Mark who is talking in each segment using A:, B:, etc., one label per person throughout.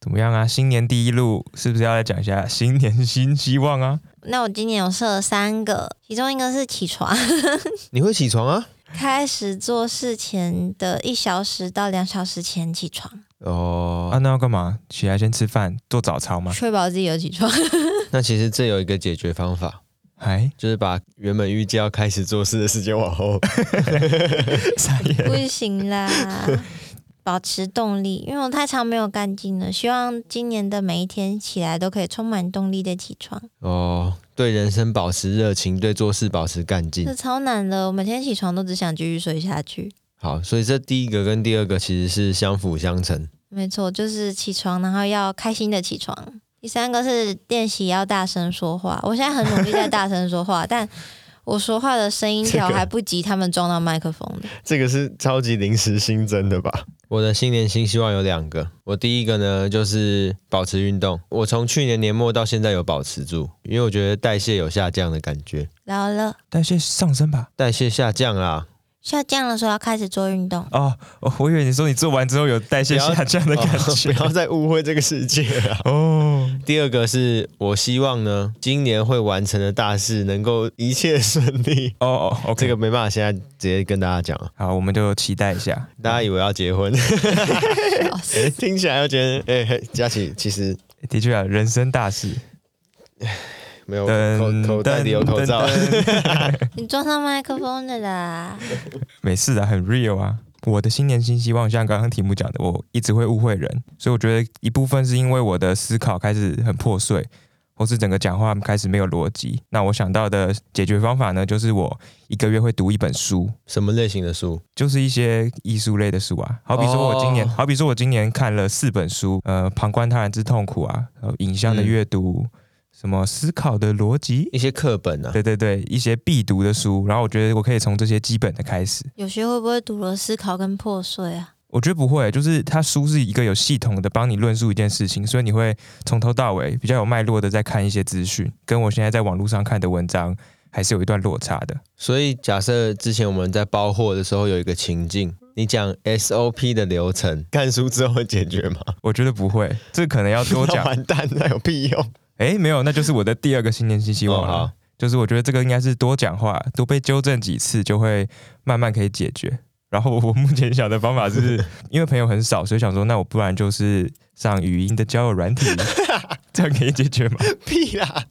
A: 怎么样啊？新年第一路是不是要来讲一下新年新希望啊？
B: 那我今年有设了三个，其中一个是起床，
C: 你会起床啊？
B: 开始做事前的一小时到两小时前起床，
A: 啊，
C: 哦，
A: 那要干嘛？起来先吃饭，做早操吗？
B: 确保自己有起床。
C: 那其实这有一个解决方法，
A: 哎，
C: 就是把原本预计要开始做事的时间往后。
A: 傻眼。
B: 不行啦，保持动力，因为我太长没有干劲了。希望今年的每一天起来都可以充满动力的起床，
C: 哦，对人生保持热情，对做事保持干劲
B: 这。超难的。我每天起床都只想继续睡下去。
C: 好，所以这第一个跟第二个其实是相辅相成。
B: 没错，就是起床，然后要开心的起床。第三个是练习要大声说话，我现在很努力在大声说话， 但我说话的声音条
C: 这个
B: 还不及他们装到麦克风的。
C: 这个是超级临时新增的吧？我的新年新希望有两个，我第一个呢就是保持运动，我从去年年末到现在有保持住，因为我觉得代谢有下降的感觉，
B: 老了，
A: 代谢上升吧。
C: 代谢下降啦，
B: 下降的时候要开始做运动。
A: 哦，哦我以为你说你做完之后有代谢
C: 不要
A: 下降的感觉。
C: 哦不要再误会这个世界了。
A: 哦，
C: 第二个是我希望呢，今年会完成的大事能够一切顺利。
A: 哦哦，OK，
C: 这个没办法，现在直接跟大家讲啊，
A: 好，我们就期待一下。
C: 大家以为要结 婚，哎
B: 笑死
C: 听起来又觉得，哎、嘿佳琪其实
A: 的确啊，人生大事。
C: 没有
A: 噔
C: 口口袋里有口罩。
A: 噔噔噔
C: 哎
B: 你装上麦克风的啦。
A: 没事的，很 real 啊。我的新年新希望，像刚刚题目讲的，我一直会误会人，所以我觉得一部分是因为我的思考开始很破碎，或是整个讲话开始没有逻辑。那我想到的解决方法呢，就是我一个月会读一本书，
C: 什么类型的书？
A: 就是一些艺术类的书啊。好比说我今年，
C: 哦
A: 好比说我今年看了四本书，呃，旁观他人之痛苦啊，呃，影像的
C: 嗯
A: 阅读，什么思考的逻辑，
C: 一些课本啊，
A: 对对对，一些必读的书。然后我觉得我可以从这些基本的开始。
B: 有些会不会读了思考跟破碎啊？
A: 我觉得不会，就是它书是一个有系统的帮你论述一件事情，所以你会从头到尾比较有脉络的在看一些资讯，跟我现在在网络上看的文章还是有一段落差的。
C: 所以假设之前我们在包货的时候有一个情境，你讲 SOP 的流程，看书之后会解决吗？
A: 我觉得不会，这可能要多讲。
C: 完蛋， 那有屁用？
A: 诶，没有，那就是我的第二个新年新希望
C: 哦
A: 了。
C: 好
A: 就是我觉得这个应该是多讲话，多被纠正几次，就会慢慢可以解决。然后我目前想的方法 是，因为朋友很少，所以想说，那我不然就是上语音的交友软 体，这样可以解决吗？
C: 屁啦！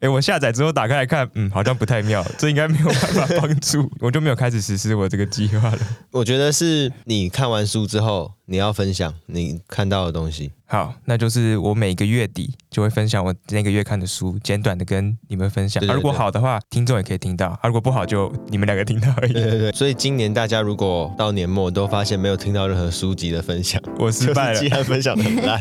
A: 诶，我下载之后打开来看，嗯，好像不太妙，这应该没有办法帮 助，我就没有开始实施我这个计划了。
C: 我觉得是你看完书之后，你要分享你看到的东西。
A: 好，那就是我每个月底就会分享我那个月看的书，简短的跟你们分享。
C: 对对
A: 啊如果
C: 对
A: 好的话，听众也可以听到；啊如果不好，就你们两个听到而
C: 对
A: 已。
C: 对对，所以今年大家如果到年末都发现没有听到任何书籍的分享，
A: 我失败了
C: 既。然分享的很 烂。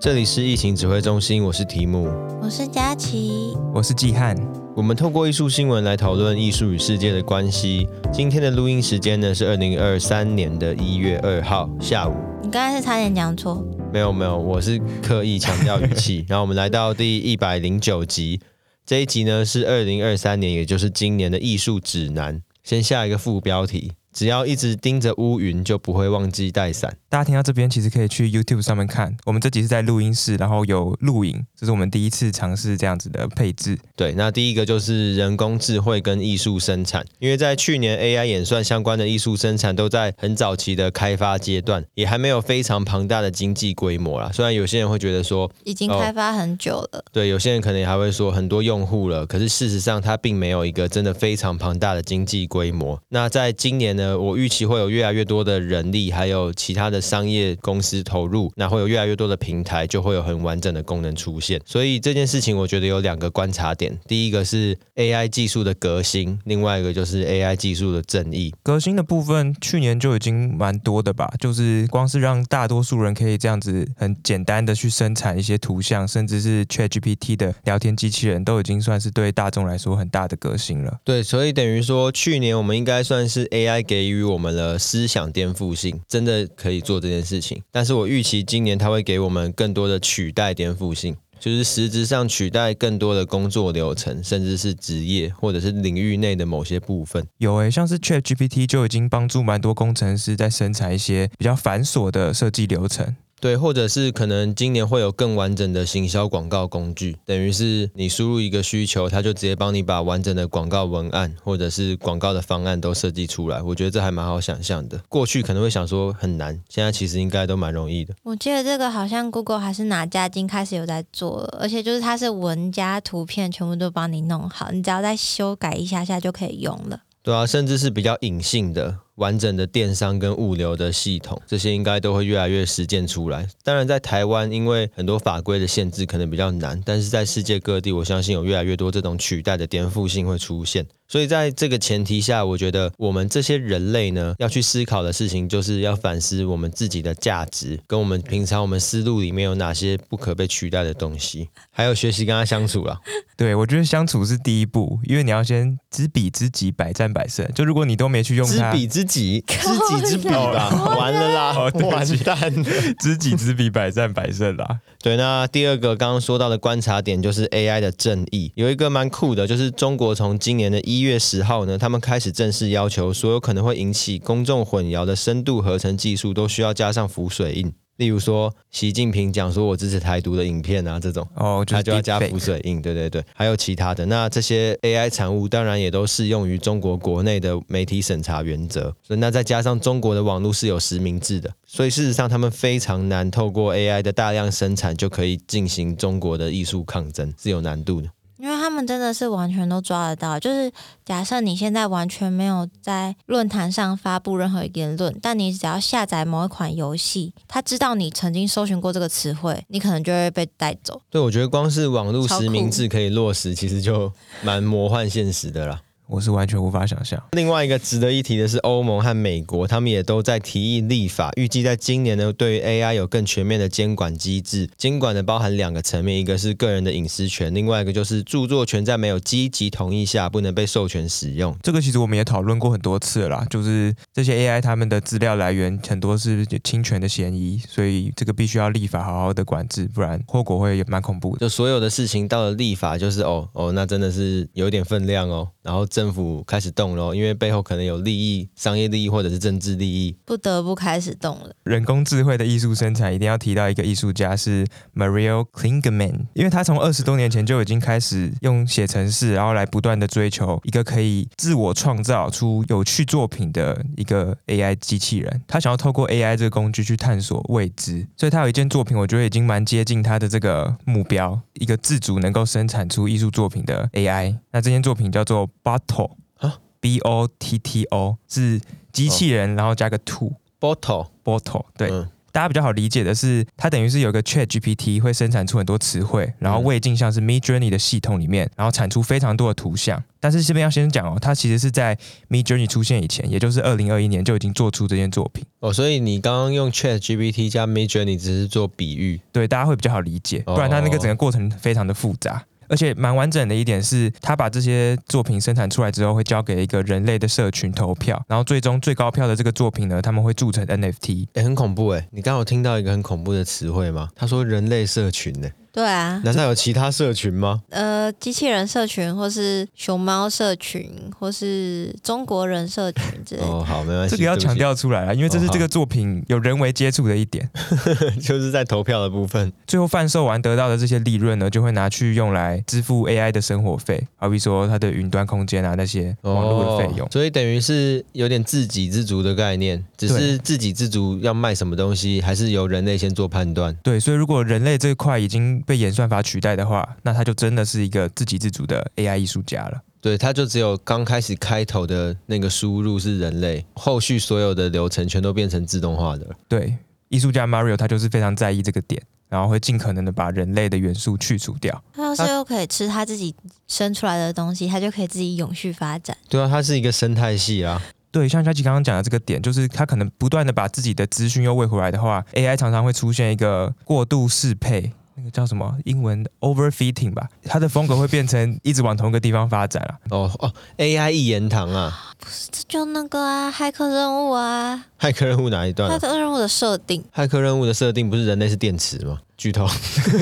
C: 这里是疫情指挥中心，我是提姆。
B: 我是佳琪，
A: 我是季汉，
C: 我们透过艺术新闻来讨论艺术与世界的关系。今天的录音时间呢是二零二三年的一月二号下午。
B: 你刚才是差点讲错，
C: 没有没有，我是刻意强调语气。然后我们来到第一百零九集，这一集呢是二零二三年，也就是今年的艺术指南。先下一个副标题：只要一直盯着乌云，就不会忘记带伞。
A: 大家听到这边，其实可以去 YouTube 上面看。我们这集是在录音室，然后有录影，这是我们第一次尝试这样子的配置。
C: 对，那第一个就是人工智慧跟艺术生产，因为在去年 AI 演算相关的艺术生产都在很早期的开发阶段，也还没有非常庞大的经济规模啦。虽然有些人会觉得说，
B: 已经
C: 哦
B: 开发很久了。
C: 对，有些人可能还会说很多用户了，可是事实上它并没有一个真的非常庞大的经济规模。那在今年呢，我预期会有越来越多的人力，还有其他的商业公司投入，那会有越来越多的平台，就会有很完整的功能出现。所以这件事情，我觉得有两个观察点，第一个是 AI 技术的革新，另外一个就是 AI 技术的正义。
A: 革新的部分，去年就已经蛮多的吧，就是光是让大多数人可以这样子很简单的去生产一些图像，甚至是 ChatGPT 的聊天机器人，都已经算是对大众来说很大的革新了。
C: 对，所以等于说，去年我们应该算是 AI 给予我们了思想颠覆性，真的可以做这件事情。但是我预期今年它会给我们更多的取代颠覆性，就是实质上取代更多的工作流程，甚至是职业或者是领域内的某些部分。
A: 有诶、像是 Chat GPT 就已经帮助蛮多工程师在生产一些比较繁琐的设计流程。
C: 对，或者是可能今年会有更完整的行销广告工具，等于是你输入一个需求，它就直接帮你把完整的广告文案或者是广告的方案都设计出来。我觉得这还蛮好想象的。过去可能会想说很难，现在其实应该都蛮容易的。
B: 我记得这个好像 Google 还是哪家已经开始有在做了，而且就是它是文加图片全部都帮你弄好，你只要再修改一下下就可以用了。
C: 对啊，甚至是比较隐性的、完整的电商跟物流的系统，这些应该都会越来越实践出来。当然，在台湾因为很多法规的限制，可能比较难，但是在世界各地，我相信有越来越多这种取代的颠覆性会出现。所以在这个前提下，我觉得我们这些人类呢，要去思考的事情，就是要反思我们自己的价值，跟我们平常我们思路里面有哪些不可被取代的东西，还有学习跟他相处啦。
A: 对我觉得相处是第一步，因为你要先知彼知己，百战百胜。就如果你都没去用
C: 知
A: 它，
C: 彼知己，知己知彼吧，完了啦
A: 哦，对不
C: 完
A: 起
C: 蛋了。
A: 知己知彼，百战百胜啦。
C: 对，那第二个刚刚说到的观察点就是 AI 的正义，有一个蛮酷的，就是中国从今年的一月十号呢，他们开始正式要求所有可能会引起公众混淆的深度合成技术都需要加上浮水印，例如说习近平讲说我支持台独的影片啊这种。
A: 哦，就
C: 它
A: 是
C: 就要加
A: deepfake
C: 浮水印，对对对，还有其他的。那这些 AI 产物当然也都适用于中国国内的媒体审查原则，所以那再加上中国的网络是有实名制的，所以事实上他们非常难透过 AI 的大量生产就可以进行中国的艺术抗争，是有难度的。
B: 因为他们真的是完全都抓得到，就是假设你现在完全没有在论坛上发布任何言论，但你只要下载某一款游戏，他知道你曾经搜寻过这个词汇，你可能就会被带走。
C: 对，我觉得光是网络
B: 超酷
C: 实名制可以落实，其实就蛮魔幻现实的啦。
A: 我是完全无法想象。
C: 另外一个值得一提的是，欧盟和美国他们也都在提议立法，预计在今年呢，对于 AI 有更全面的监管机制。监管呢包含两个层面，一个是个人的隐私权，另外一个就是著作权在没有积极同意下不能被授权使用。
A: 这个其实我们也讨论过很多次了啦，就是这些 AI 他们的资料来源很多是侵权的嫌疑，所以这个必须要立法好好的管制，不然后果会蛮恐怖的。
C: 就所有的事情到了立法，就是哦哦，那真的是有点分量哦。然后政府开始动哦咯，因为背后可能有利益、商业利益或者是政治利益。
B: 不得不开始动了。
A: 人工智慧的艺术生产一定要提到一个艺术家是 Mario Klingeman，因为他从二十多年前就已经开始用写程式，然后来不断的追求一个可以自我创造出有趣作品的一个 AI 机器人。他想要透过 AI 这个工具去探索未知，所以他有一件作品，我觉得已经蛮接近他的这个目标，一个自主能够生产出艺术作品的 AI。那这件作品叫做 Bottle
C: 啊
A: B O T T O 是机器人，然后加个 to。
C: Bottle，
A: bottle，对，
C: 嗯
A: 大家比较好理解的是，它等于是有个 Chat GPT 会生产出很多词汇，然后喂进像是 Mid Journey 的系统里面，然后产出非常多的图像。但是这边要先讲哦，它其实是在 Mid Journey 出现以前，也就是二零二一年就已经做出这件作品。
C: 哦，所以你刚刚用 Chat GPT 加 Mid Journey 只是做比喻，
A: 对，大家会比较好理解，
C: 哦
A: 不然它那个整个过程非常的复杂。而且蛮完整的一点是，他把这些作品生产出来之后，会交给一个人类的社群投票，然后最终最高票的这个作品呢，他们会铸成 NFT。
C: 哎、很恐怖哎！你刚好听到一个很恐怖的词汇吗？他说人类社群呢？
B: 对啊，
C: 难道有其他社 群吗？
B: 呃，机器人社群，或是熊猫社群，或是中国人社群之类的。
C: 哦，好，没关系。
A: 这个要
C: 对不
A: 强
C: 起，
A: 调出来啊，因为这是这个作品有人为接触的一点。
C: 就是在投票的部分。
A: 最后贩售完得到的这些利润呢，就会拿去用来支付 AI 的生活费，好比说它的云端空间啊那些网络的费用。
C: 哦所以等于是有点自给自足的概念，只是自给自足要卖什么东西，还是由人类先做判断。
A: 对，所以如果人类这块已经被演算法取代的话，那它就真的是一个自给自足的 AI 艺术家了。
C: 对，它就只有刚开始开头的那个输入是人类，后续所有的流程全都变成自动化的了。
A: 对，艺术家 Mario 他就是非常在意这个点，然后会尽可能的把人类的元素去除掉。
B: 他要是又可以吃他自己生出来的东西，他就可以自己永续发展。
C: 对啊，它是一个生态系啊。
A: 对，像佳琪刚刚讲的这个点，就是他可能不断的把自己的资讯又喂回来的话，AI 常常会出现一个过度适配，那个叫什么英文 overfitting 吧，它的风格会变成一直往同一个地方发展啊。
C: 哦哦，AI 一言堂啊，
B: 这就那个啊，骇客任务啊，
C: 骇客任务哪一
A: 嗯
C: 段、
B: 骇
C: 啊？
B: 客任务的设定，
C: 骇客任务的设定不是人类是电池吗？剧透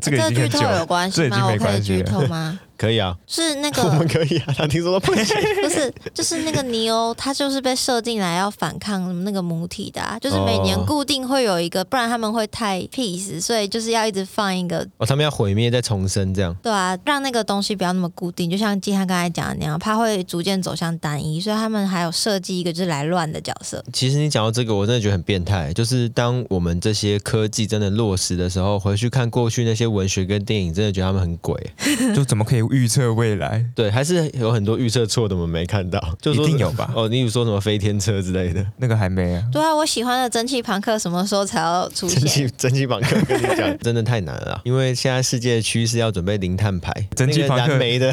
A: 这个已经
B: 剧
A: 很
B: 透
A: 久
B: 有
A: 了，
B: 关系
A: 这已经
B: 吗？我
A: 没
B: 可以
A: 关系
B: 剧
A: 了
B: 透吗？
C: 可以啊，
B: 是那
C: 我们
B: 个
C: 可以啊， 他听说都不行。
B: 不是，就是那个尼欧，他就是被设定来要反抗那个母体的、啊，就是每年
C: 哦
B: 固定会有一个，不然他们会太 peace，所以就是要一直放一个
C: 哦，他们要毁灭再重生这样。
B: 对啊，让那个东西不要那么固定，就像季汉刚才讲的那样，怕会逐渐走向单一，所以他们还有设计一个就是来乱的角色。
C: 其实你讲到这个，我真的觉得很变态。就是当我们这些科技真的落实的时候，回去看过去那些文学跟电影，真的觉得他们很鬼。
A: 就怎么可以预测未来？
C: 对，还是有很多预测错的，我们没看到。就
A: 一
C: 说
A: 定有吧？
C: 哦，你有说什么飞天车 之类的，
A: 那个还没啊，
B: 对啊，我喜欢的蒸汽朋克什么时候才要出
C: 蒸
B: 现？
C: 汽蒸汽朋克跟你讲，真的太难了啊，因为现在世界的趋势要准备零碳排，
A: 蒸汽朋克
C: 那个燃煤的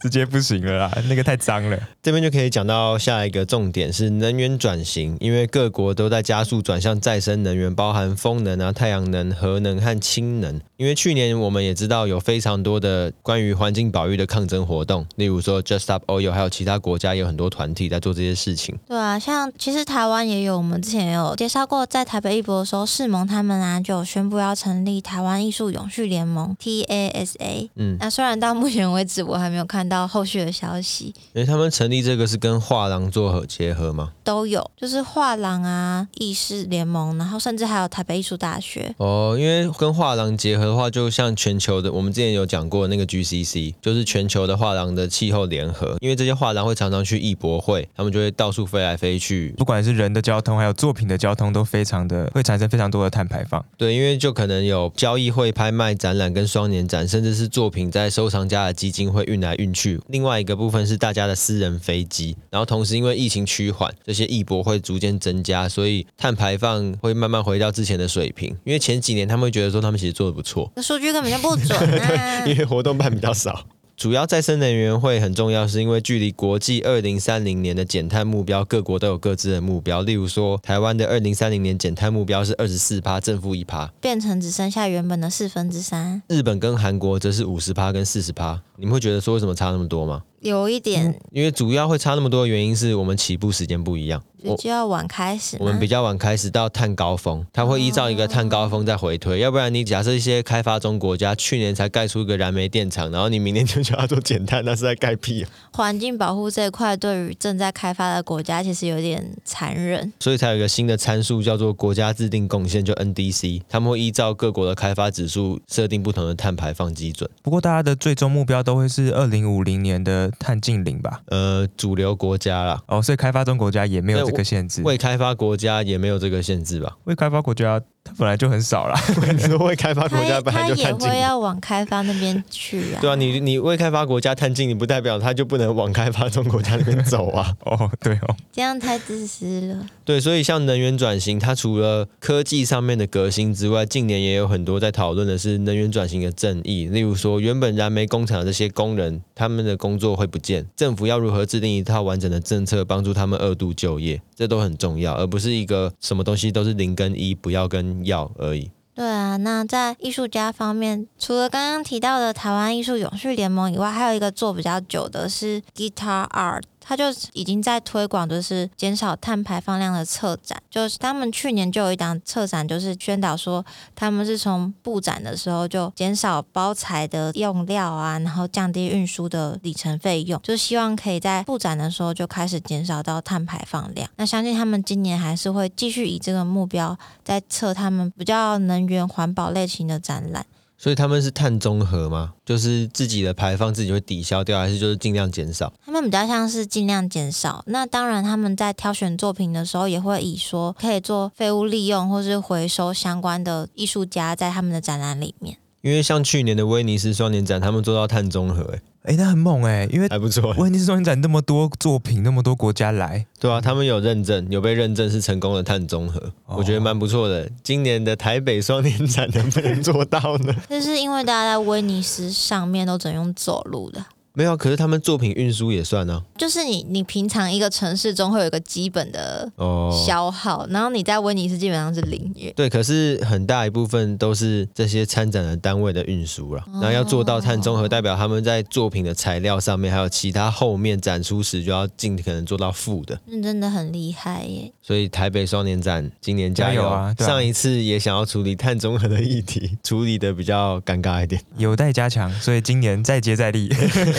A: 直接不行了啦，那个太脏了。
C: 这边就可以讲到下一个重点是能源转型，因为各国都在加速转向再生能源，包含风能啊、太阳能、核能和氢能。因为去年我们也知道有非常多的关于环境保育的抗争活动，例如说 Just Stop Oil，还有其他国家也有很多团体在做这些事情。
B: 对啊，像其实台湾也有，我们之前也有介绍过，在台北艺博的时候，世盟他们啊就有宣布要成立台湾艺术永续联盟 （TASA）。
C: 嗯，
B: 那虽然到目前为止我还没有看到后续的消息，
C: 因为他们成立这个是跟画廊做合结合吗？
B: 都有，就是画廊啊、艺术联盟，然后甚至还有台北艺术大学，
C: 哦，因为跟画廊结合的话，就像全球的，我们之前有讲过那个 GCC，就是全球的画廊的气候联合。因为这些画廊会常常去艺博会，他们就会到处飞来飞去。
A: 不管是人的交通，还有作品的交通，都非常的会产生非常多的碳排放。
C: 对，因为就可能有交易会、拍卖、展览跟双年展，甚至是作品在收藏家的基金会运来运去。另外一个部分是大家的私人飞机，然后同时因为疫情趋缓，这些艺博会逐渐增加，所以碳排放会慢慢回到之前的水平。因为前几年他们会觉得说他们其实做的不错，！
B: 那数据根本就不准啊
C: 因为活动办比较少。主要再生能源会很重要，是因为距离国际二零三零年的减碳目标，各国都有各自的目标。例如说，台湾的二零三零年减碳目标是二十四趴，正负一趴；
B: 变成只剩下原本的四分之三，
C: 日本跟韩国则是五十趴跟四十趴。你们会觉得说为什么差那么多吗？
B: 有一点
C: 因为主要会差那么多的原因是我们起步时间不一样。
B: 就
C: 我
B: 就要晚开始
C: 我们
B: 嘛
C: 比。较晚开始到碳高峰，它会依照一个碳高峰再回推，要不然你假设一些开发中国家去年才盖出一个燃煤电厂，然后你明年就叫它做减碳，那是在盖屁啊！
B: 环境保护这一块，对于正在开发的国家其实有点残 忍。
C: 所以才有一个新的参数叫做国家制定贡献，就 NDC，他们会依照各国的开发指数设定不同的碳排放基准。
A: 不过大家的最终目标都会是二零五零年的碳净零吧？
C: 呃，主流国家啦，
A: 哦，所以开发中国家也没有这个限制。
C: 未开发国家也没有这个限制吧？
A: 未开发国家它本来就很少啦，
C: 你说 未开发
B: 他
C: 国家本
B: 他
C: 来就
B: 也
C: 碳净
B: 会，啊要往开发那边去啊。
C: 对啊，你你未开发国家碳净，你不代表它就不能往开发中国家那边走啊。
A: 哦，对哦，
B: 这样太自私了。
C: 对，所以像能源转型，它除了科技上面的革新之外，近年也有很多在讨论的是能源转型的正义。例如说，原本燃煤工厂的这些工人，他们的工作会不见，政府要如何制定一套完整的政策，帮助他们二度就业，这都很重要，而不是一个什么东西都是零跟一，不要跟要而已。
B: 对啊，那在艺术家方面，除了刚刚提到的台湾艺术永续联盟以外，还有一个做比较久的是 Guitar Art，它就已经在推广就是减少碳排放量的策展。就是他们去年就有一档策展，就是宣导说他们是从布展的时候就减少包材的用料啊，然后降低运输的里程费用，就希望可以在布展的时候就开始减少到碳排放量。那相信他们今年还是会继续以这个目标在测他们比较能源环保类型的展览。
C: 所以他们是碳中和吗？就是自己的排放自己会抵消掉，还是就是尽量减少？
B: 他们比较像是尽量减少。那当然，他们在挑选作品的时候，也会以说可以做废物利用或是回收相关的艺术家在他们的展览里面。
C: 因为像去年的威尼斯双年展，他们做到碳中和、欸，
A: 诶，那很猛诶，因为
C: 还不错、欸。
A: 威尼斯双年展那么多作品，那么多国家来，
C: 对啊，他们有认证，有被认证是成功的碳中和，
A: 哦
C: 我觉得蛮不错的。今年的台北双 年展能不能做到呢？
B: 这是因为大家在威尼斯上面都只能用走路的，
C: 没有啊，可是他们作品运输也算啊。
B: 就是你你平常一个城市中会有一个基本的
C: 哦，
B: 消耗，然后你在威尼斯基本上是零元。
C: 对，可是很大一部分都是这些参展的单位的运输了，然后要做到碳中和，代表他们在作品的材料上面，还有其他后面展出时就要尽可能做到负的。
B: 那真的很厉害耶！
C: 所以台北双年展今年加油
A: 加油啊对啊
C: 上一次也想要处理碳中和的议题，处理的比较尴尬一点。
A: 有待加强，所以今年再接再厉。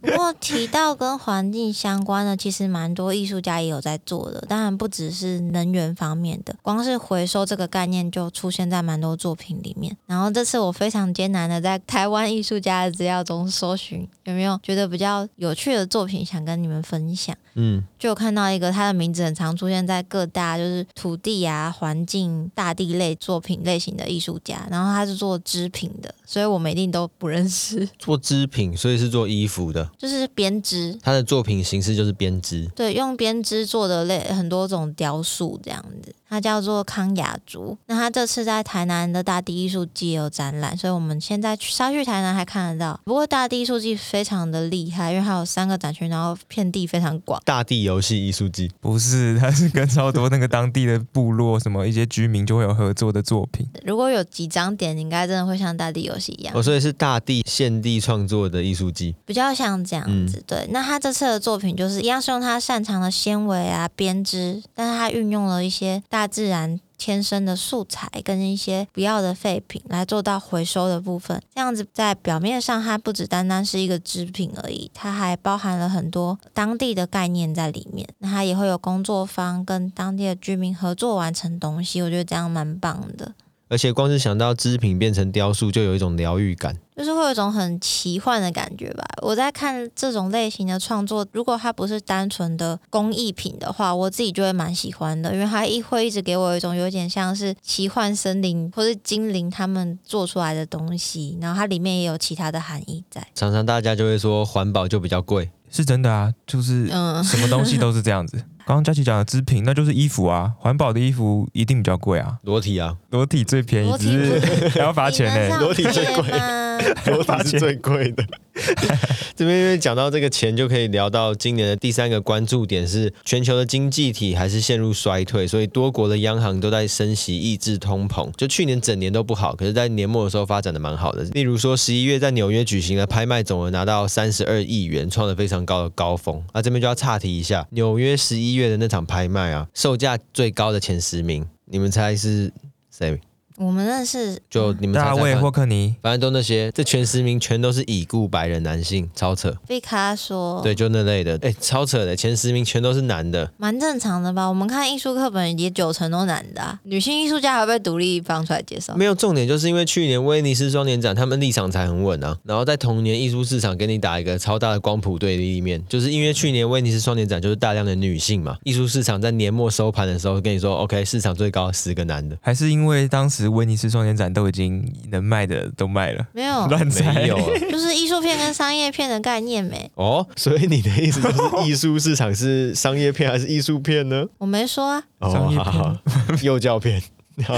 B: 不过提到跟环境相关的，其实蛮多艺术家也有在做的，当然不只是能源方面的，光是回收这个概念就出现在蛮多作品里面。然后这次我非常艰难的在台湾艺术家的资料中搜寻有没有觉得比较有趣的作品，想跟你们分享。
C: 嗯，
B: 就有看到一个，它的名字很常出现在各大就是土地啊、环境、大地类作品类型的艺术家，然后他是做织品的，所以我们一定都不认识，
C: 做织品，所以是做衣服的。
B: 就是编织，
C: 他的作品形式就是编织。
B: 对，用编织做的类很多种雕塑这样子。它叫做康雅竹，那它这次在台南的大地艺术季也有展览，所以我们现在去杀去台南还看得到。不过大地艺术季非常的厉害，因为它有三个展区，然后遍地非常广。
C: 大地游戏艺术季，
A: 不是，他是跟超多那个当地的部落什么一些居民就会有合作的作品。
B: 如果有几张点，你应该真的会像大地游戏一样
C: 哦，。所以是大地限地创作的艺术季。
B: 比较像这样子。对，那他这次的作品就是一样是用他擅长的纤维啊编织，但是他运用了一些大自然。天生的素材跟一些不要的废品来做到回收的部分，这样子在表面上它不只单单是一个织品而已，它还包含了很多当地的概念在里面。那它也会有工作坊跟当地的居民合作完成东西，我觉得这样蛮棒的。
C: 而且光是想到织品变成雕塑，就有一种疗愈感。
B: 就是会有一种很奇幻的感觉吧。我在看这种类型的创作，如果它不是单纯的工艺品的话，我自己就会蛮喜欢的，因为它一会一直给我一种有点像是奇幻森林或是精灵他们做出来的东西，然后它里面也有其他的含义在。
C: 常常大家就会说环保就比较贵，
A: 是真的啊，就是
B: 嗯，
A: 什么东西都是这样 子。刚刚佳琪讲的织品，那就是衣服啊，环保的衣服一定比较贵啊，
C: 裸体啊，
A: 裸体最便宜，
B: 裸体
A: 只
B: 不
A: 是 还要罚钱欸呢、
C: 裸体最贵
B: 吗？
C: 裸
A: 体是最
C: 贵的。 这边因为讲到这个钱，就可以聊到今年的第三个关注点是全球的经济体还是陷入衰退，所以多国的央行都在升息抑制通膨。就去年整年都不好，可是，在年末的时候发展的蛮好的。例如说，十一月在纽约举行的拍卖总额拿到三十二亿元，创了非常高的高峰。那这边就要岔题一下，纽约十一月的那场拍卖啊，售价最高的前十名，你们猜是谁？
B: 我们认识
C: 就你们猜猜
A: 大卫
C: 看
A: 霍克尼，
C: 反正都那些，这前十名全都是已故白人男性，超扯。
B: 毕卡索，
C: 对，就那类的，哎、超扯的，前十名全都是男的。
B: 蛮正常的吧？我们看艺术课本也九成都男的、啊，女性艺术家还被独立放出来介绍。
C: 没有重点，就是因为去年威尼斯双年展，他们立场才很稳啊。然后在同年艺术市场给你打一个超大的光谱对立面，就是因为去年威尼斯双年展就是大量的女性嘛，艺术市场在年末收盘的时候跟你说，OK，市场最高十个男的，
A: 还是因为当时威尼斯双年展都已经能卖的都卖了，
B: 没 有，
A: 乱猜
C: 没有啊、
B: 就是艺术片跟商业片的概念没，
C: 哦，所以你的意思就是艺术市场是商业片还是艺术片呢？
B: 我没说啊。
C: 哦，
A: 商业
C: 好好 好幼教片。好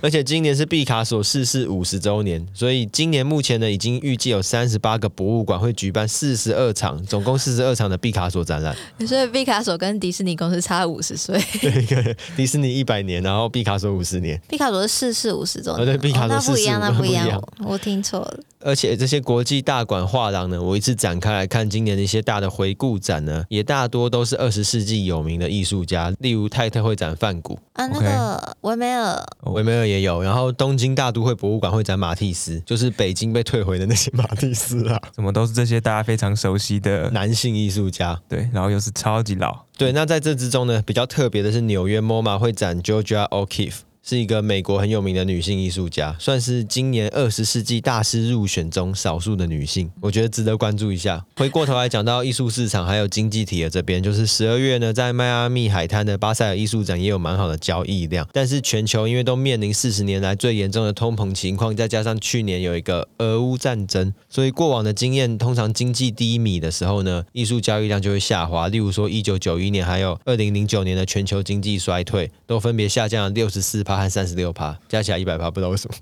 C: 而且今年是毕卡索逝世五十周年，所以今年目前呢，已经预计有三十八个博物馆会举办四十二场，总共四十二场的毕卡索展览。
B: 所以毕卡索跟迪士尼公司差五十岁，
C: 对，一个迪士尼一百年，然后毕卡索五十年。
B: 毕卡索是逝世五十周
C: 哦
B: 年，
C: 对毕卡索
B: 那不一样，
C: 44
B: 那不一
C: 那
B: 样
C: 不，
B: 我听错了。
C: 而且这些国际大馆画廊呢，我一次展开来看，今年的一些大的回顾展呢，也大多都是二十世纪有名的艺术家，例如泰特会展梵谷，
B: 啊，那
A: OK
B: 个维梅尔，
A: 哦
C: 维梅尔也有，然后东京大都会博物馆会展马蒂斯，就是北京被退回的那些马蒂斯啊。
A: 怎么都是这些大家非常熟悉 的，
C: 男性艺术家。
A: 对，然后又是超级 老，
C: 对，那在这之中呢，比较特别的是纽约 MoMA 会展 Georgia O'Keeffe。是一个美国很有名的女性艺术家，算是今年二十世纪大师入选中少数的女性，我觉得值得关注一下。回过头来讲到艺术市场还有经济体的这边，就是十二月呢，在迈阿密海滩的巴塞尔艺术展也有蛮好的交易量，但是全球因为都面临四十年来最严重的通膨情况，再加上去年有一个俄乌战争，所以过往的经验，通常经济低迷的时候呢，艺术交易量就会下滑。例如说，一九九一年还有二零零九年的全球经济衰退，都分别下降了六十四趴和三十六趴，加起来一百趴，不知道为什么。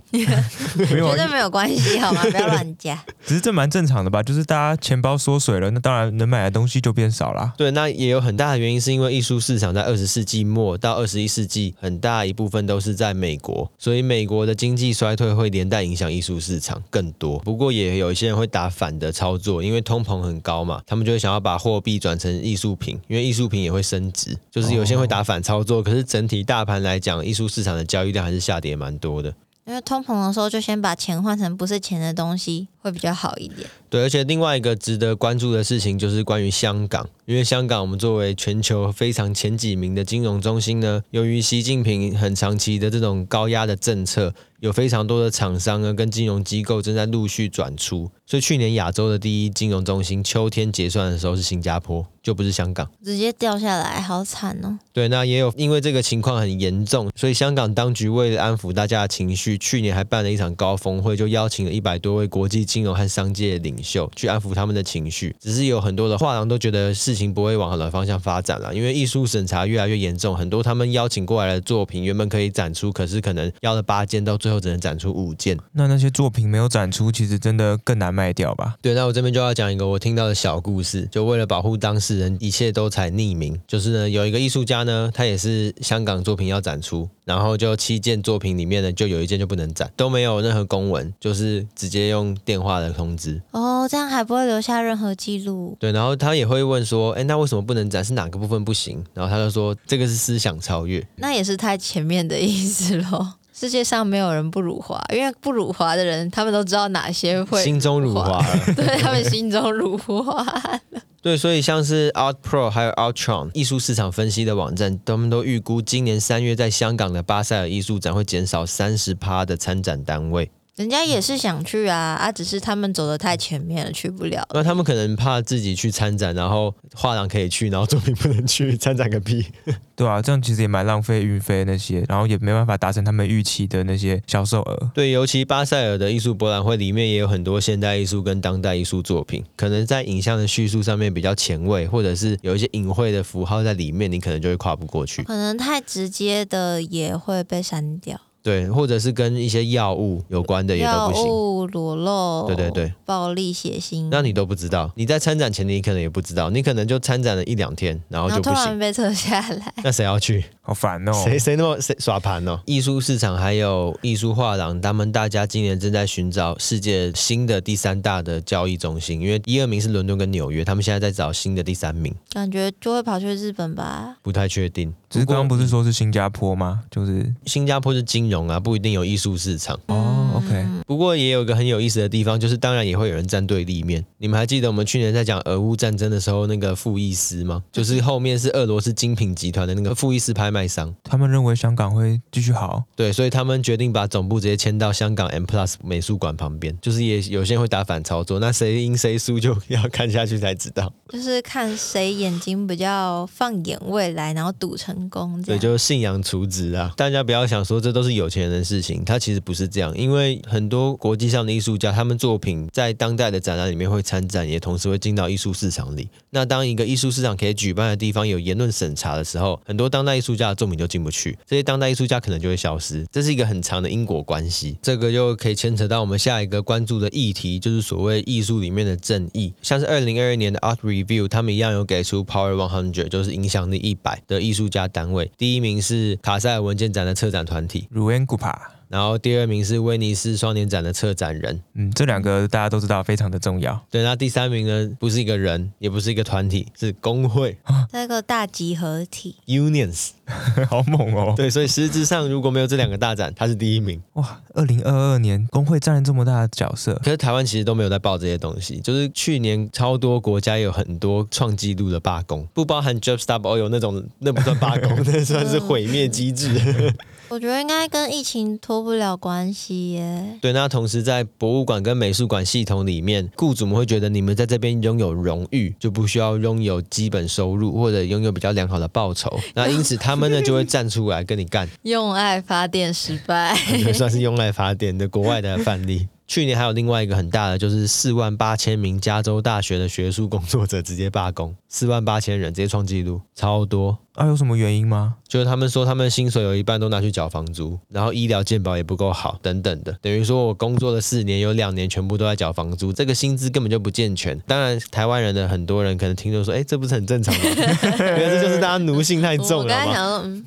A: 没有
B: 绝对
A: 啊，
B: 没有关系，好吗？不要乱加。
A: 只是这蛮正常的吧？就是大家钱包缩水了，那当然能买的东西就变少啦。
C: 对，那也有很大的原因是因为艺术市场在二十世纪末到二十一世纪，很大一部分都是在美国，所以美国的经济衰退会连带影响艺术市场更多。不过也有一些人会打反的操作，因为通膨很高嘛，他们就会想要把货币转成艺术品，因为艺术品也会升值。就是有些人会打反操作，可是整体大盘来讲，艺术市场的交易量还是下跌蛮多的。
B: 因为通膨的时候，就先把钱换成不是钱的东西，会比较好一点。
C: 对，而且另外一个值得关注的事情就是关于香港，因为香港我们作为全球非常前几名的金融中心呢，由于习近平很长期的这种高压的政策，有非常多的厂商呢跟金融机构正在陆续转出，所以去年亚洲的第一金融中心秋天结算的时候是新加坡，就不是香港。
B: 直接掉下来，好惨哦！
C: 对，那也有因为这个情况很严重，所以香港当局为了安抚大家的情绪，去年还办了一场高峰会，就邀请了一百多位国际金融和商界领袖去安抚他们的情绪。只是有很多的画廊都觉得事情不会往好的方向发展了，因为艺术审查越来越严重，很多他们邀请过来的作品原本可以展出，可是可能要了八件，到最后只能展出五件。
A: 那那些作品没有展出，其实真的更难卖掉吧？
C: 对，那我这边就要讲一个我听到的小故事，就为了保护当事人，一切都采匿名。就是呢，有一个艺术家呢，他也是香港作品要展出，然后就七件作品里面呢，就有一件就不能展，都没有任何公文，就是直接用电话的通知。
B: 哦，这样还不会留下任何记录。
C: 对，然后他也会问说，哎，那为什么不能展？是哪个部分不行？然后他就说，这个是思想超越。
B: 那也是太前面的意思咯。 世界上没有人不辱华，因为不辱华的人，他们都知道哪些会
C: 心中辱华了，
B: 对他们心中辱华。
C: 对，所以像是 Out Pro 还有 Outron 艺术市场分析的网站，他们都预估今年三月在香港的巴塞尔艺术展会减少三十趴的参展单位。
B: 人家也是想去啊，啊，只是他们走的太前面了，去不了。
C: 那他们可能怕自己去参展，然后画廊可以去，然后作品不能去，参展个屁！
A: 对啊，这样其实也蛮浪费运费那些，然后也没办法达成他们预期的那些销售额。
C: 对，尤其巴塞尔的艺术博览会里面也有很多现代艺术跟当代艺术作品，可能在影像的叙述上面比较前卫，或者是有一些隐晦的符号在里面，你可能就会跨不过去。
B: 可能太直接的也会被删掉，
C: 对，或者是跟一些药物有关的也都
B: 药
C: 不行。
B: 物、裸露，
C: 对对对，
B: 暴力、血腥，
C: 那你都不知道，你在参展前你可能也不知道，你可能就参展了一两天，然后
B: 然后
C: 就
B: 突
C: 不
B: 然
C: 行。
B: 被撤下来，
C: 那谁要去？
A: 好烦哦！
C: 谁谁那么谁耍盘哦？艺术市场还有艺术画廊，他们大家今年正在寻找世界新的第三大的交易中心，因为一二名是伦敦跟纽约，他们现在在找新的第三名，
B: 感觉就会跑去日本吧。
C: 不太确定。
A: 只是
C: 不过
A: 刚刚不是说是新加坡吗？就是
C: 新加坡是金融啊，不一定有艺术市场。
A: 哦，OK，
B: 嗯
C: 不过也有一个很有意思的地方，就是当然也会有人站对立面。你们还记得我们去年在讲俄乌战争的时候，那个副义斯吗？就是后面是俄罗斯精品集团的那个副义斯拍卖商。
A: 他们认为香港会继续好，
C: 对，所以他们决定把总部直接迁到香港 M Plus 美术馆旁边。就是也有些人会打反操作，那谁赢谁输就要看下去才知道。
B: 就是看谁眼睛比较放眼未来，然后赌成功这
C: 对，
B: 样。
C: 就是信仰除值啊！大家不要想说这都是有钱人的事情，它其实不是这样，因为很多国际上的艺术家，他们作品在当代的展览里面会参展，也同时会进到艺术市场里。那当一个艺术市场可以举办的地方有言论审查的时候，很多当代艺术家的作品就进不去，这些当代艺术家可能就会消失，这是一个很长的因果关系。这个又可以牵扯到我们下一个关注的议题，就是所谓艺术里面的正义，像是二零二二年的 Art Review，他们一样有给出 Power One Hundred，就是影响力一百的艺术家单位，第一名是卡塞尔文件展的策展团体，
A: 如恩古帕。
C: 然后第二名是威尼斯双年展的策展人，
A: 嗯，这两个大家都知道非常的重要。
C: 对，那第三名呢，不是一个人，也不是一个团体，是工会
B: 这个大集合体，
C: Unions。
A: 好猛哦！
C: 对，所以实质上如果没有这两个大展，它是第一名。
A: 哇，二零二二年工会占了这么大的角色，
C: 可是台湾其实都没有在报这些东西，就是去年超多国家有很多创纪录的罢工，不包含 JobStop Oil 那种，那不算罢工，那算是毁灭机制。
B: 我觉得应该跟疫情脱不了关系耶。
C: 对，那同时在博物馆跟美术馆系统里面，雇主们会觉得你们在这边拥有荣誉，就不需要拥有基本收入或者拥有比较良好的报酬，那因此他们呢就会站出来跟你干。
B: 用爱发电失败，
C: 也算是用来法典的国外的范例。去年还有另外一个很大的，就是四万八千名加州大学的学术工作者直接罢工，四万八千人直接创纪录，超多。
A: 啊，有什么原因吗？
C: 就是他们说，他们薪水有一半都拿去缴房租，然后医疗健保也不够好，等等的。等于说我工作了四年，有两年全部都在缴房租，这个薪资根本就不健全。当然，台湾人的很多人可能听着说，哎，这不是很正常吗？ 原来这就是大家奴性太
B: 我
C: 重
B: 我
C: 了
B: 刚才
C: 好
B: 想
C: 吧。
B: 说，嗯，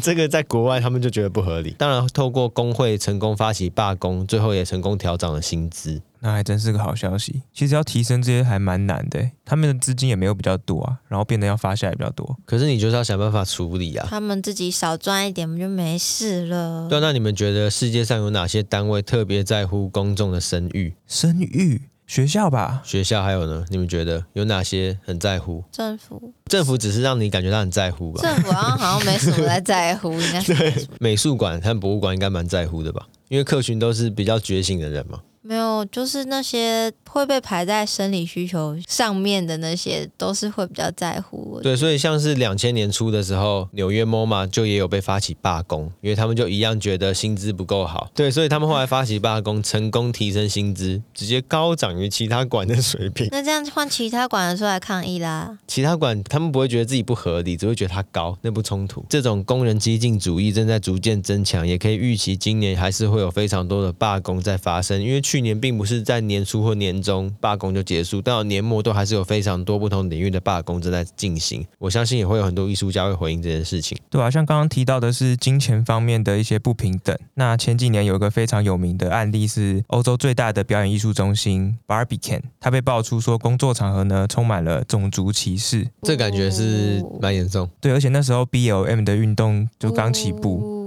C: 这个在国外他们就觉得不合理。当然，透过工会成功发起罢工，最后也成功调整了薪资。
A: 那还真是个好消息。其实要提升这些还蛮难的欸，他们的资金也没有比较多啊，然后变得要发下来比较多。
C: 可是你就是要想办法处理啊。
B: 他们自己少赚一点不就没事了？
C: 对啊，那你们觉得世界上有哪些单位特别在乎公众的声誉？
A: 生育学校吧，
C: 学校还有呢？你们觉得有哪些很在乎？
B: 政府
C: 政府只是让你感觉到很在乎吧？
B: 政府好像好像没什么在在乎，应 该是
C: 美术馆和博物馆应该蛮在乎的吧？因为客群都是比较觉醒的人嘛。
B: 没有，就是那些会被排在生理需求上面的那些，都是会比较在乎。
C: 对，所以像是两千年初的时候，纽约 MoMA 就也有被发起罢工，因为他们就一样觉得薪资不够好。对，所以他们后来发起罢工，成功提升薪资，直接高涨于其他馆的水平。
B: 那这样换其他馆的出来抗议啦。
C: 其他馆他们不会觉得自己不合理，只会觉得它高，那不冲突。这种工人激进主义正在逐渐增强，也可以预期今年还是会有非常多的罢工在发生，因为去年并不是在年初或年中罢工就结束，到年末都还是有非常多不同领域的罢工正在进行。我相信也会有很多艺术家会回应这件事情。
A: 对啊，像刚刚提到的是金钱方面的一些不平等。那前几年有一个非常有名的案例是欧洲最大的表演艺术中心 Barbican，它被爆出说工作场合呢充满了种族歧视。
C: 这感觉是蛮严重。
A: 对，而且那时候 BLM 的运动就刚起
B: 哦
A: 步。
B: 步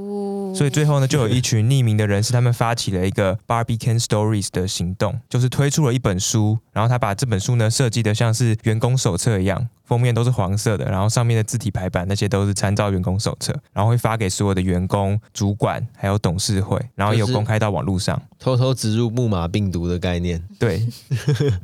A: 所以最后呢，就有一群匿名的人士，他们发起了一个 Barbican Stories 的行动，就是推出了一本书，然后他把这本书呢设计的像是员工手册一样，封面都是黄色的，然后上面的字体排版那些都是参照员工手册，然后会发给所有的员工、主管还有董事会，然后也有
C: 就是
A: 公开到网络上。
C: 偷偷植入木马病毒的概念，
A: 对，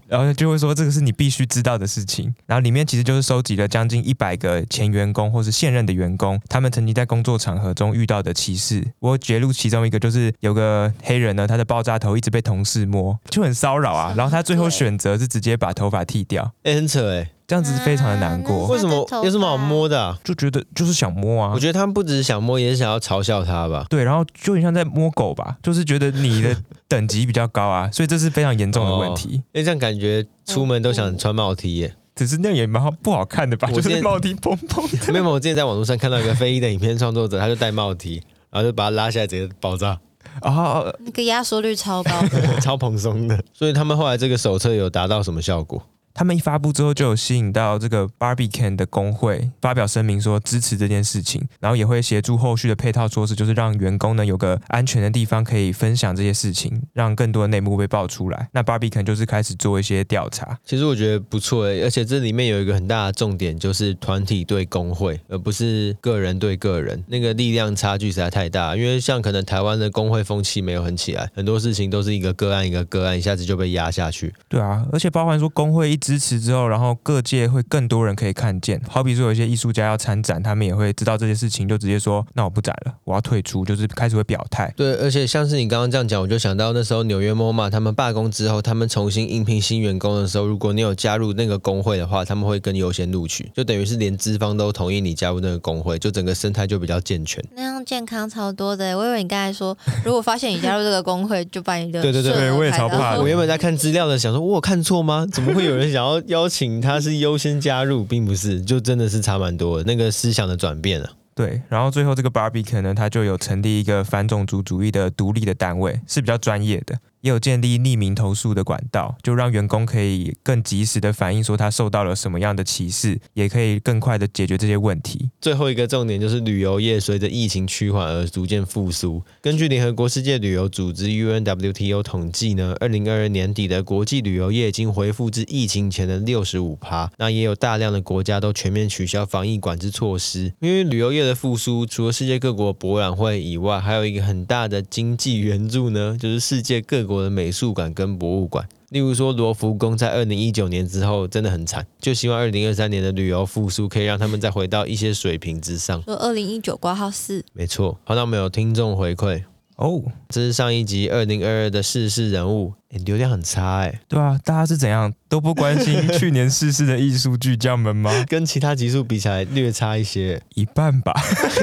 A: 然后就会说这个是你必须知道的事情。然后里面其实就是收集了将近一百个前员工或是现任的员工，他们曾经在工作场合中遇到的歧视。我揭露其中一个，就是有个黑人呢，他的爆炸头一直被同事摸，就很骚扰啊。然后他最后选择是直接把头发剃掉，
C: 哎、很扯哎、
A: 这样子非常的难过，
C: 为什么
B: 他的头发
C: 有什么好摸的啊、
A: 就觉得就是想摸啊
C: 嗯我。觉得他们不只是想摸，也是想要嘲笑他吧。
A: 对，然后就很像在摸狗吧，就是觉得你 的等级比较高啊，所以这是非常严重的问题。
C: 因为这样感觉出门都想穿帽 T 耶。
A: 只是那个也蛮好不好看的吧，
C: 我
A: 就
C: 之
A: 是
C: 前
A: 帽 T 蓬蓬的。
C: 没有，我之前在网络上看到一个非裔的影片创作者，他就戴帽 T，然后就把他拉下来，直接爆炸，
A: 哦，
B: 那个压缩率 超高的啦，
C: 超蓬松的。所以他们后来这个手册有达到什么效果？
A: 他们一发布之后，就有吸引到这个 Barbican 的工会发表声明说支持这件事情，然后也会协助后续的配套措施，就是让员工呢有个安全的地方可以分享这些事情，让更多的内幕被爆出来。那 Barbican 就是开始做一些调查，
C: 其实我觉得不错耶，而且这里面有一个很大的重点，就是团体对工会，而不是个人对个人，那个力量差距实在太大。因为像可能台湾的工会风气没有很起来，很多事情都是一个个案一个个案，一下子就被压下去。
A: 对啊，而且包含说工会一支持之后，然后各界会更多人可以看见。好比说有一些艺术家要参展，他们也会知道这些事情，就直接说那我不展了，我要退出，就是开始会表态。
C: 对，而且像是你刚刚这样讲，我就想到那时候纽约 MoMA 他们罢工之后，他们重新应聘新员工的时候，如果你有加入那个工会的话，他们会更优先录取，就等于是连资方都同意你加入那个工会，就整个生态就比较健全。
B: 那样健康超多的欸。我以为你刚才说，如果发现你加入这个工会，就把你的
C: 对对对
B: 顺
A: 对
B: 额
A: 我也
B: 排
A: 超
B: 到
A: 怕
B: 后
A: 的
C: 我
B: 面
C: 原本在看资料的，想说我有看错吗？怎么会有人想要邀请他是优先加入，并不是，就真的是差蛮多的那个思想的转变啊。
A: 对，然后最后这个 Barbican 呢，它就有成立一个反种族主义的独立的单位，是比较专业的，也有建立匿名投诉的管道，就让员工可以更及时的反映说他受到了什么样的歧视，也可以更快的解决这些问题。
C: 最后一个重点就是旅游业随着疫情趋缓而逐渐复苏。根据联合国世界旅游组织 UNWTO 统计呢，二零二二年底的国际旅游业已经恢复至疫情前的六十五趴。那也有大量的国家都全面取消防疫管制措施，因为旅游业的复苏，除了世界各国博览会以外，还有一个很大的经济援助呢，就是世界各国的美术馆跟博物馆。例如说，罗浮宫在二零一九年之后真的很惨，就希望二零二三年的旅游复苏可以让他们再回到一些水平之上。
B: 说二零一九挂号四，
C: 没错，好，那我们有听众回馈，
A: 哦，
C: 这是上一集二零二二的逝世人物，诶流量很差哎、
A: 对啊，大家是怎样都不关心去年逝世的艺术巨匠们吗？
C: 跟其他集数比起来略差一些。
A: 一半吧，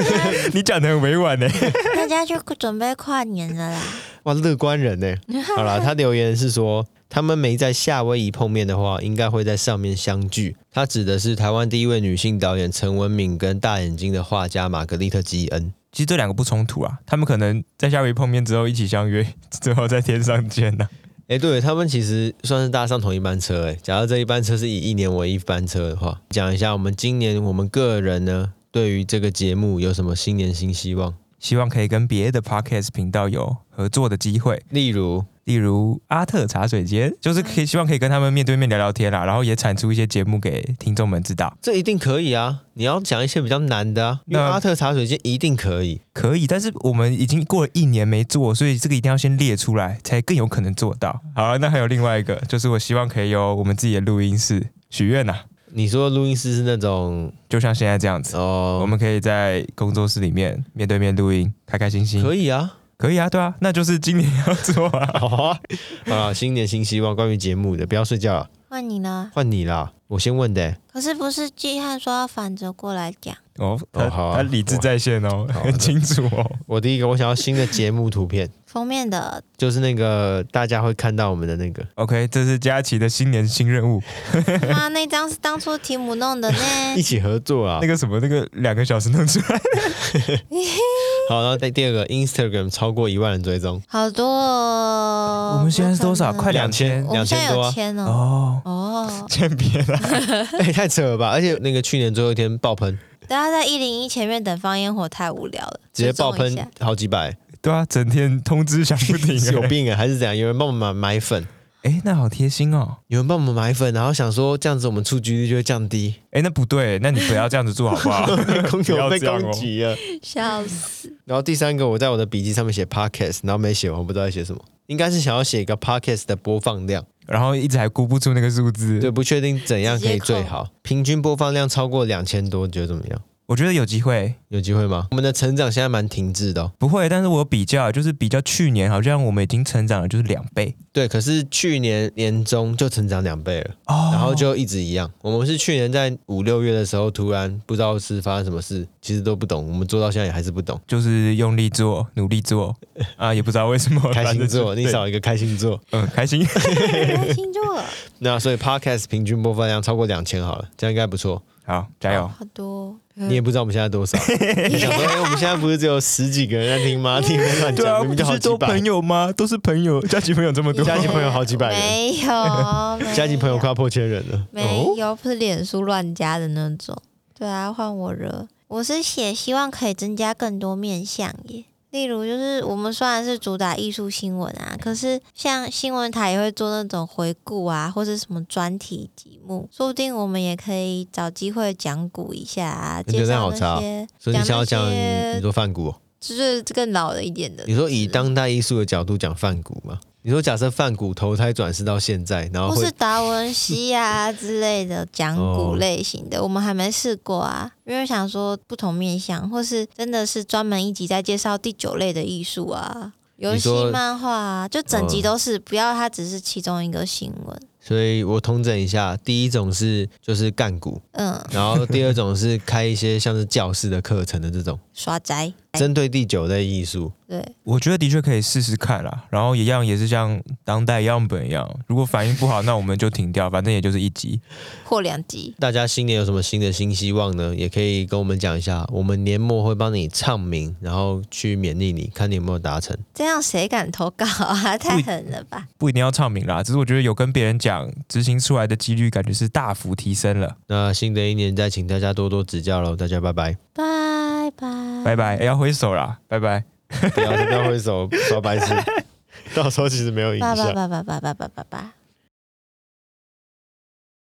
A: 你讲的很委婉呢。欸
B: 大家去准备跨年了啦。
C: 哇，乐观人呢、好啦，他留言是说，他们没在夏威夷碰面的话，应该会在上面相聚。他指的是台湾第一位女性导演陈文敏跟大眼睛的画家玛格丽特·基恩。
A: 其实这两个不冲突啊，他们可能在夏威夷碰面之后一起相约，最后在天上见啊呢、
C: 诶，哎对他们其实算是搭上同一班车诶，假如这一班车是以一年为一班车的话，讲一下我们今年我们个人呢对于这个节目有什么新年新希望？
A: 希望可以跟别的 podcast 频道有合作的机会，
C: 例如
A: 例如阿特茶水间，就是可以希望可以跟他们面对面聊聊天啦，啊然后也产出一些节目给听众们知道。
C: 这一定可以啊！你要讲一些比较难的啊，因为
A: 那
C: 阿特茶水间一定可以。
A: 可以，但是我们已经过了一年没做，所以这个一定要先列出来，才更有可能做到。好啊、那还有另外一个，就是我希望可以有我们自己的录音室，许愿呐、
C: 你说录音师是那种
A: 就像现在这样子，
C: 哦，
A: 我们可以在工作室里面面对面录音，开开心心。
C: 可 以啊，
A: 可以啊，对啊，那就是今年要做啊。
C: 好啊，啊，新年新希望，关于节目的不要睡觉了，
B: 换你了，
C: 换你啦，我先问的欸、
B: 可是不是季汉说要反着过来讲？
A: 哦，他、
C: 哦好啊
A: 他理智在线哦，
C: 好啊
A: 很清楚哦。
C: 我第一个我想要新的节目图片，
B: 封面的
C: 就是那个大家会看到我们的那个，
A: OK，这是佳琪的新年新任务，
B: 妈那张是当初提姆弄的
C: 一
B: 呢。
C: 起合作啊
A: 那。个什么，那个两个小时弄出来，
C: 好，然后再第二个 Instagram 超过一万人追踪，
B: 好多哦。
A: 我们现在是多少
B: 我可能
A: 快
C: 千
B: 我们
C: 两
B: 现在
C: 千多
B: 有
C: 啊，
B: 签哦。
A: 哦，啊
B: 哦，
A: 先别了。
C: 哎、太扯了吧！而且那个去年最后一天爆喷，
B: 大家啊在一零一前面等放烟火太无聊了，
C: 直接爆
B: 追踪一下
C: 喷好几百，
A: 对啊，整天通知响 不停、
C: 是有
A: 欸。
C: 病啊，还是怎样？有人帮我们买买粉，
A: 哎、那好贴心哦。
C: 有人帮我们买粉，然后想说这样子我们出局率就会 降低，
A: 哎、那不对，那你不要这样子做好不好？
C: 空
A: 不
C: 有
A: 要
C: 被
A: 这样
C: 攻
A: 哦
C: 击了。
B: 笑 死。
C: 然后第三个，我在我的笔记上面写 podcast，然后没写完，我不知道要写什么。应该是想要写一个 podcast 的播放量，
A: 然后一直还估不出那个数字
C: 对，。不确定怎样可以最好。平均播放量超过两千多，你觉得怎么样？
A: 我觉得有机会，
C: 有机会吗？我们的成长现在蛮停滞的哦、
A: 不会。但是我有比较就是比较去年，好像我们已经成长了，就是两倍
C: 对，可是去年年中就成长两倍了，
A: 哦
C: 然后就一直一样。我们是去年在五六月的时候，突然不知道是发生什么事，其实都不懂，我们做到现在也还是不懂。
A: 就是用力做，努力做啊，也不知道为什么
C: 开
A: 懒
C: 心
A: 得
C: 做，你
A: 对
C: 少一个开心做。
A: 嗯开心。
B: 开心就好
C: 那所以 podcast 平均播放量超过两千好了，这样应该不错。
A: 好，加油！
B: 好多。
C: 你也不知道我们现 在多少。你想说，哎、我们现在不是只有十几个人在听吗？听人乱
A: 啊
C: 讲，明明就好几百。
A: 友吗？都是朋 友，加起朋友这么
C: 加起朋友好几百人，
B: 没有，没有
C: 加起朋友快要破千人了。
B: 没有，不是脸书乱加的那种。对啊，换我惹。我是写希望可以增加更多面向耶，例如就是我们虽然是主打艺术新闻啊，可是像新闻台也会做那种回顾啊，或者什么专题节目，说不定我们也可以找机会讲古一下啊，
C: 你觉
B: 介
C: 得这样
B: 绍
C: 好差
B: 那
C: 哦
B: 些，
C: 所以你想要
B: 讲
C: 讲
B: 那
C: 你，
B: 些
C: 你说范谷哦、
B: 就是更老的一点的。
C: 你说以当代艺术的角度讲范谷吗？你说假设范谷投胎转世到现在，然后
B: 或是
C: 会
B: 达文西 啊之类的讲古类型的，我们还没试过啊，因为想说不同面向，或是真的是专门一集在介绍第九类的艺术啊，游戏
C: 说、
B: 漫画啊，就整集都是，不要它只是其中一个新闻。
C: 所以我统整一下，第一种是就是干股，
B: 嗯，
C: 然后第二种是开一些像是教室的课程的这种，
B: 耍宅，哎
C: 针对第九类艺术。
B: 对，
A: 我觉得的确可以试试看啦，然后一样也是像当代样本一样，如果反应不好，那我们就停掉，反正也就是一集。
B: 或两集。
C: 大家新年有什么新的新希望呢？也可以跟我们讲一下，我们年末会帮你唱名，然后去勉励你，看你有没有达成。
B: 这样谁敢投稿啊？ 太狠了吧！
A: 不一定要唱名啦，只是我觉得有跟别人讲，执行出来的几率感觉是大幅提升了。
C: 那新的一年再请大家多多指教喽，大家拜拜，
B: 拜拜，
A: 拜拜，哎要挥手啦，拜拜。
C: 不要不要挥手耍白痴，到时候其实没有影
B: 拜
C: 响
B: 拜。拜拜拜拜拜拜拜。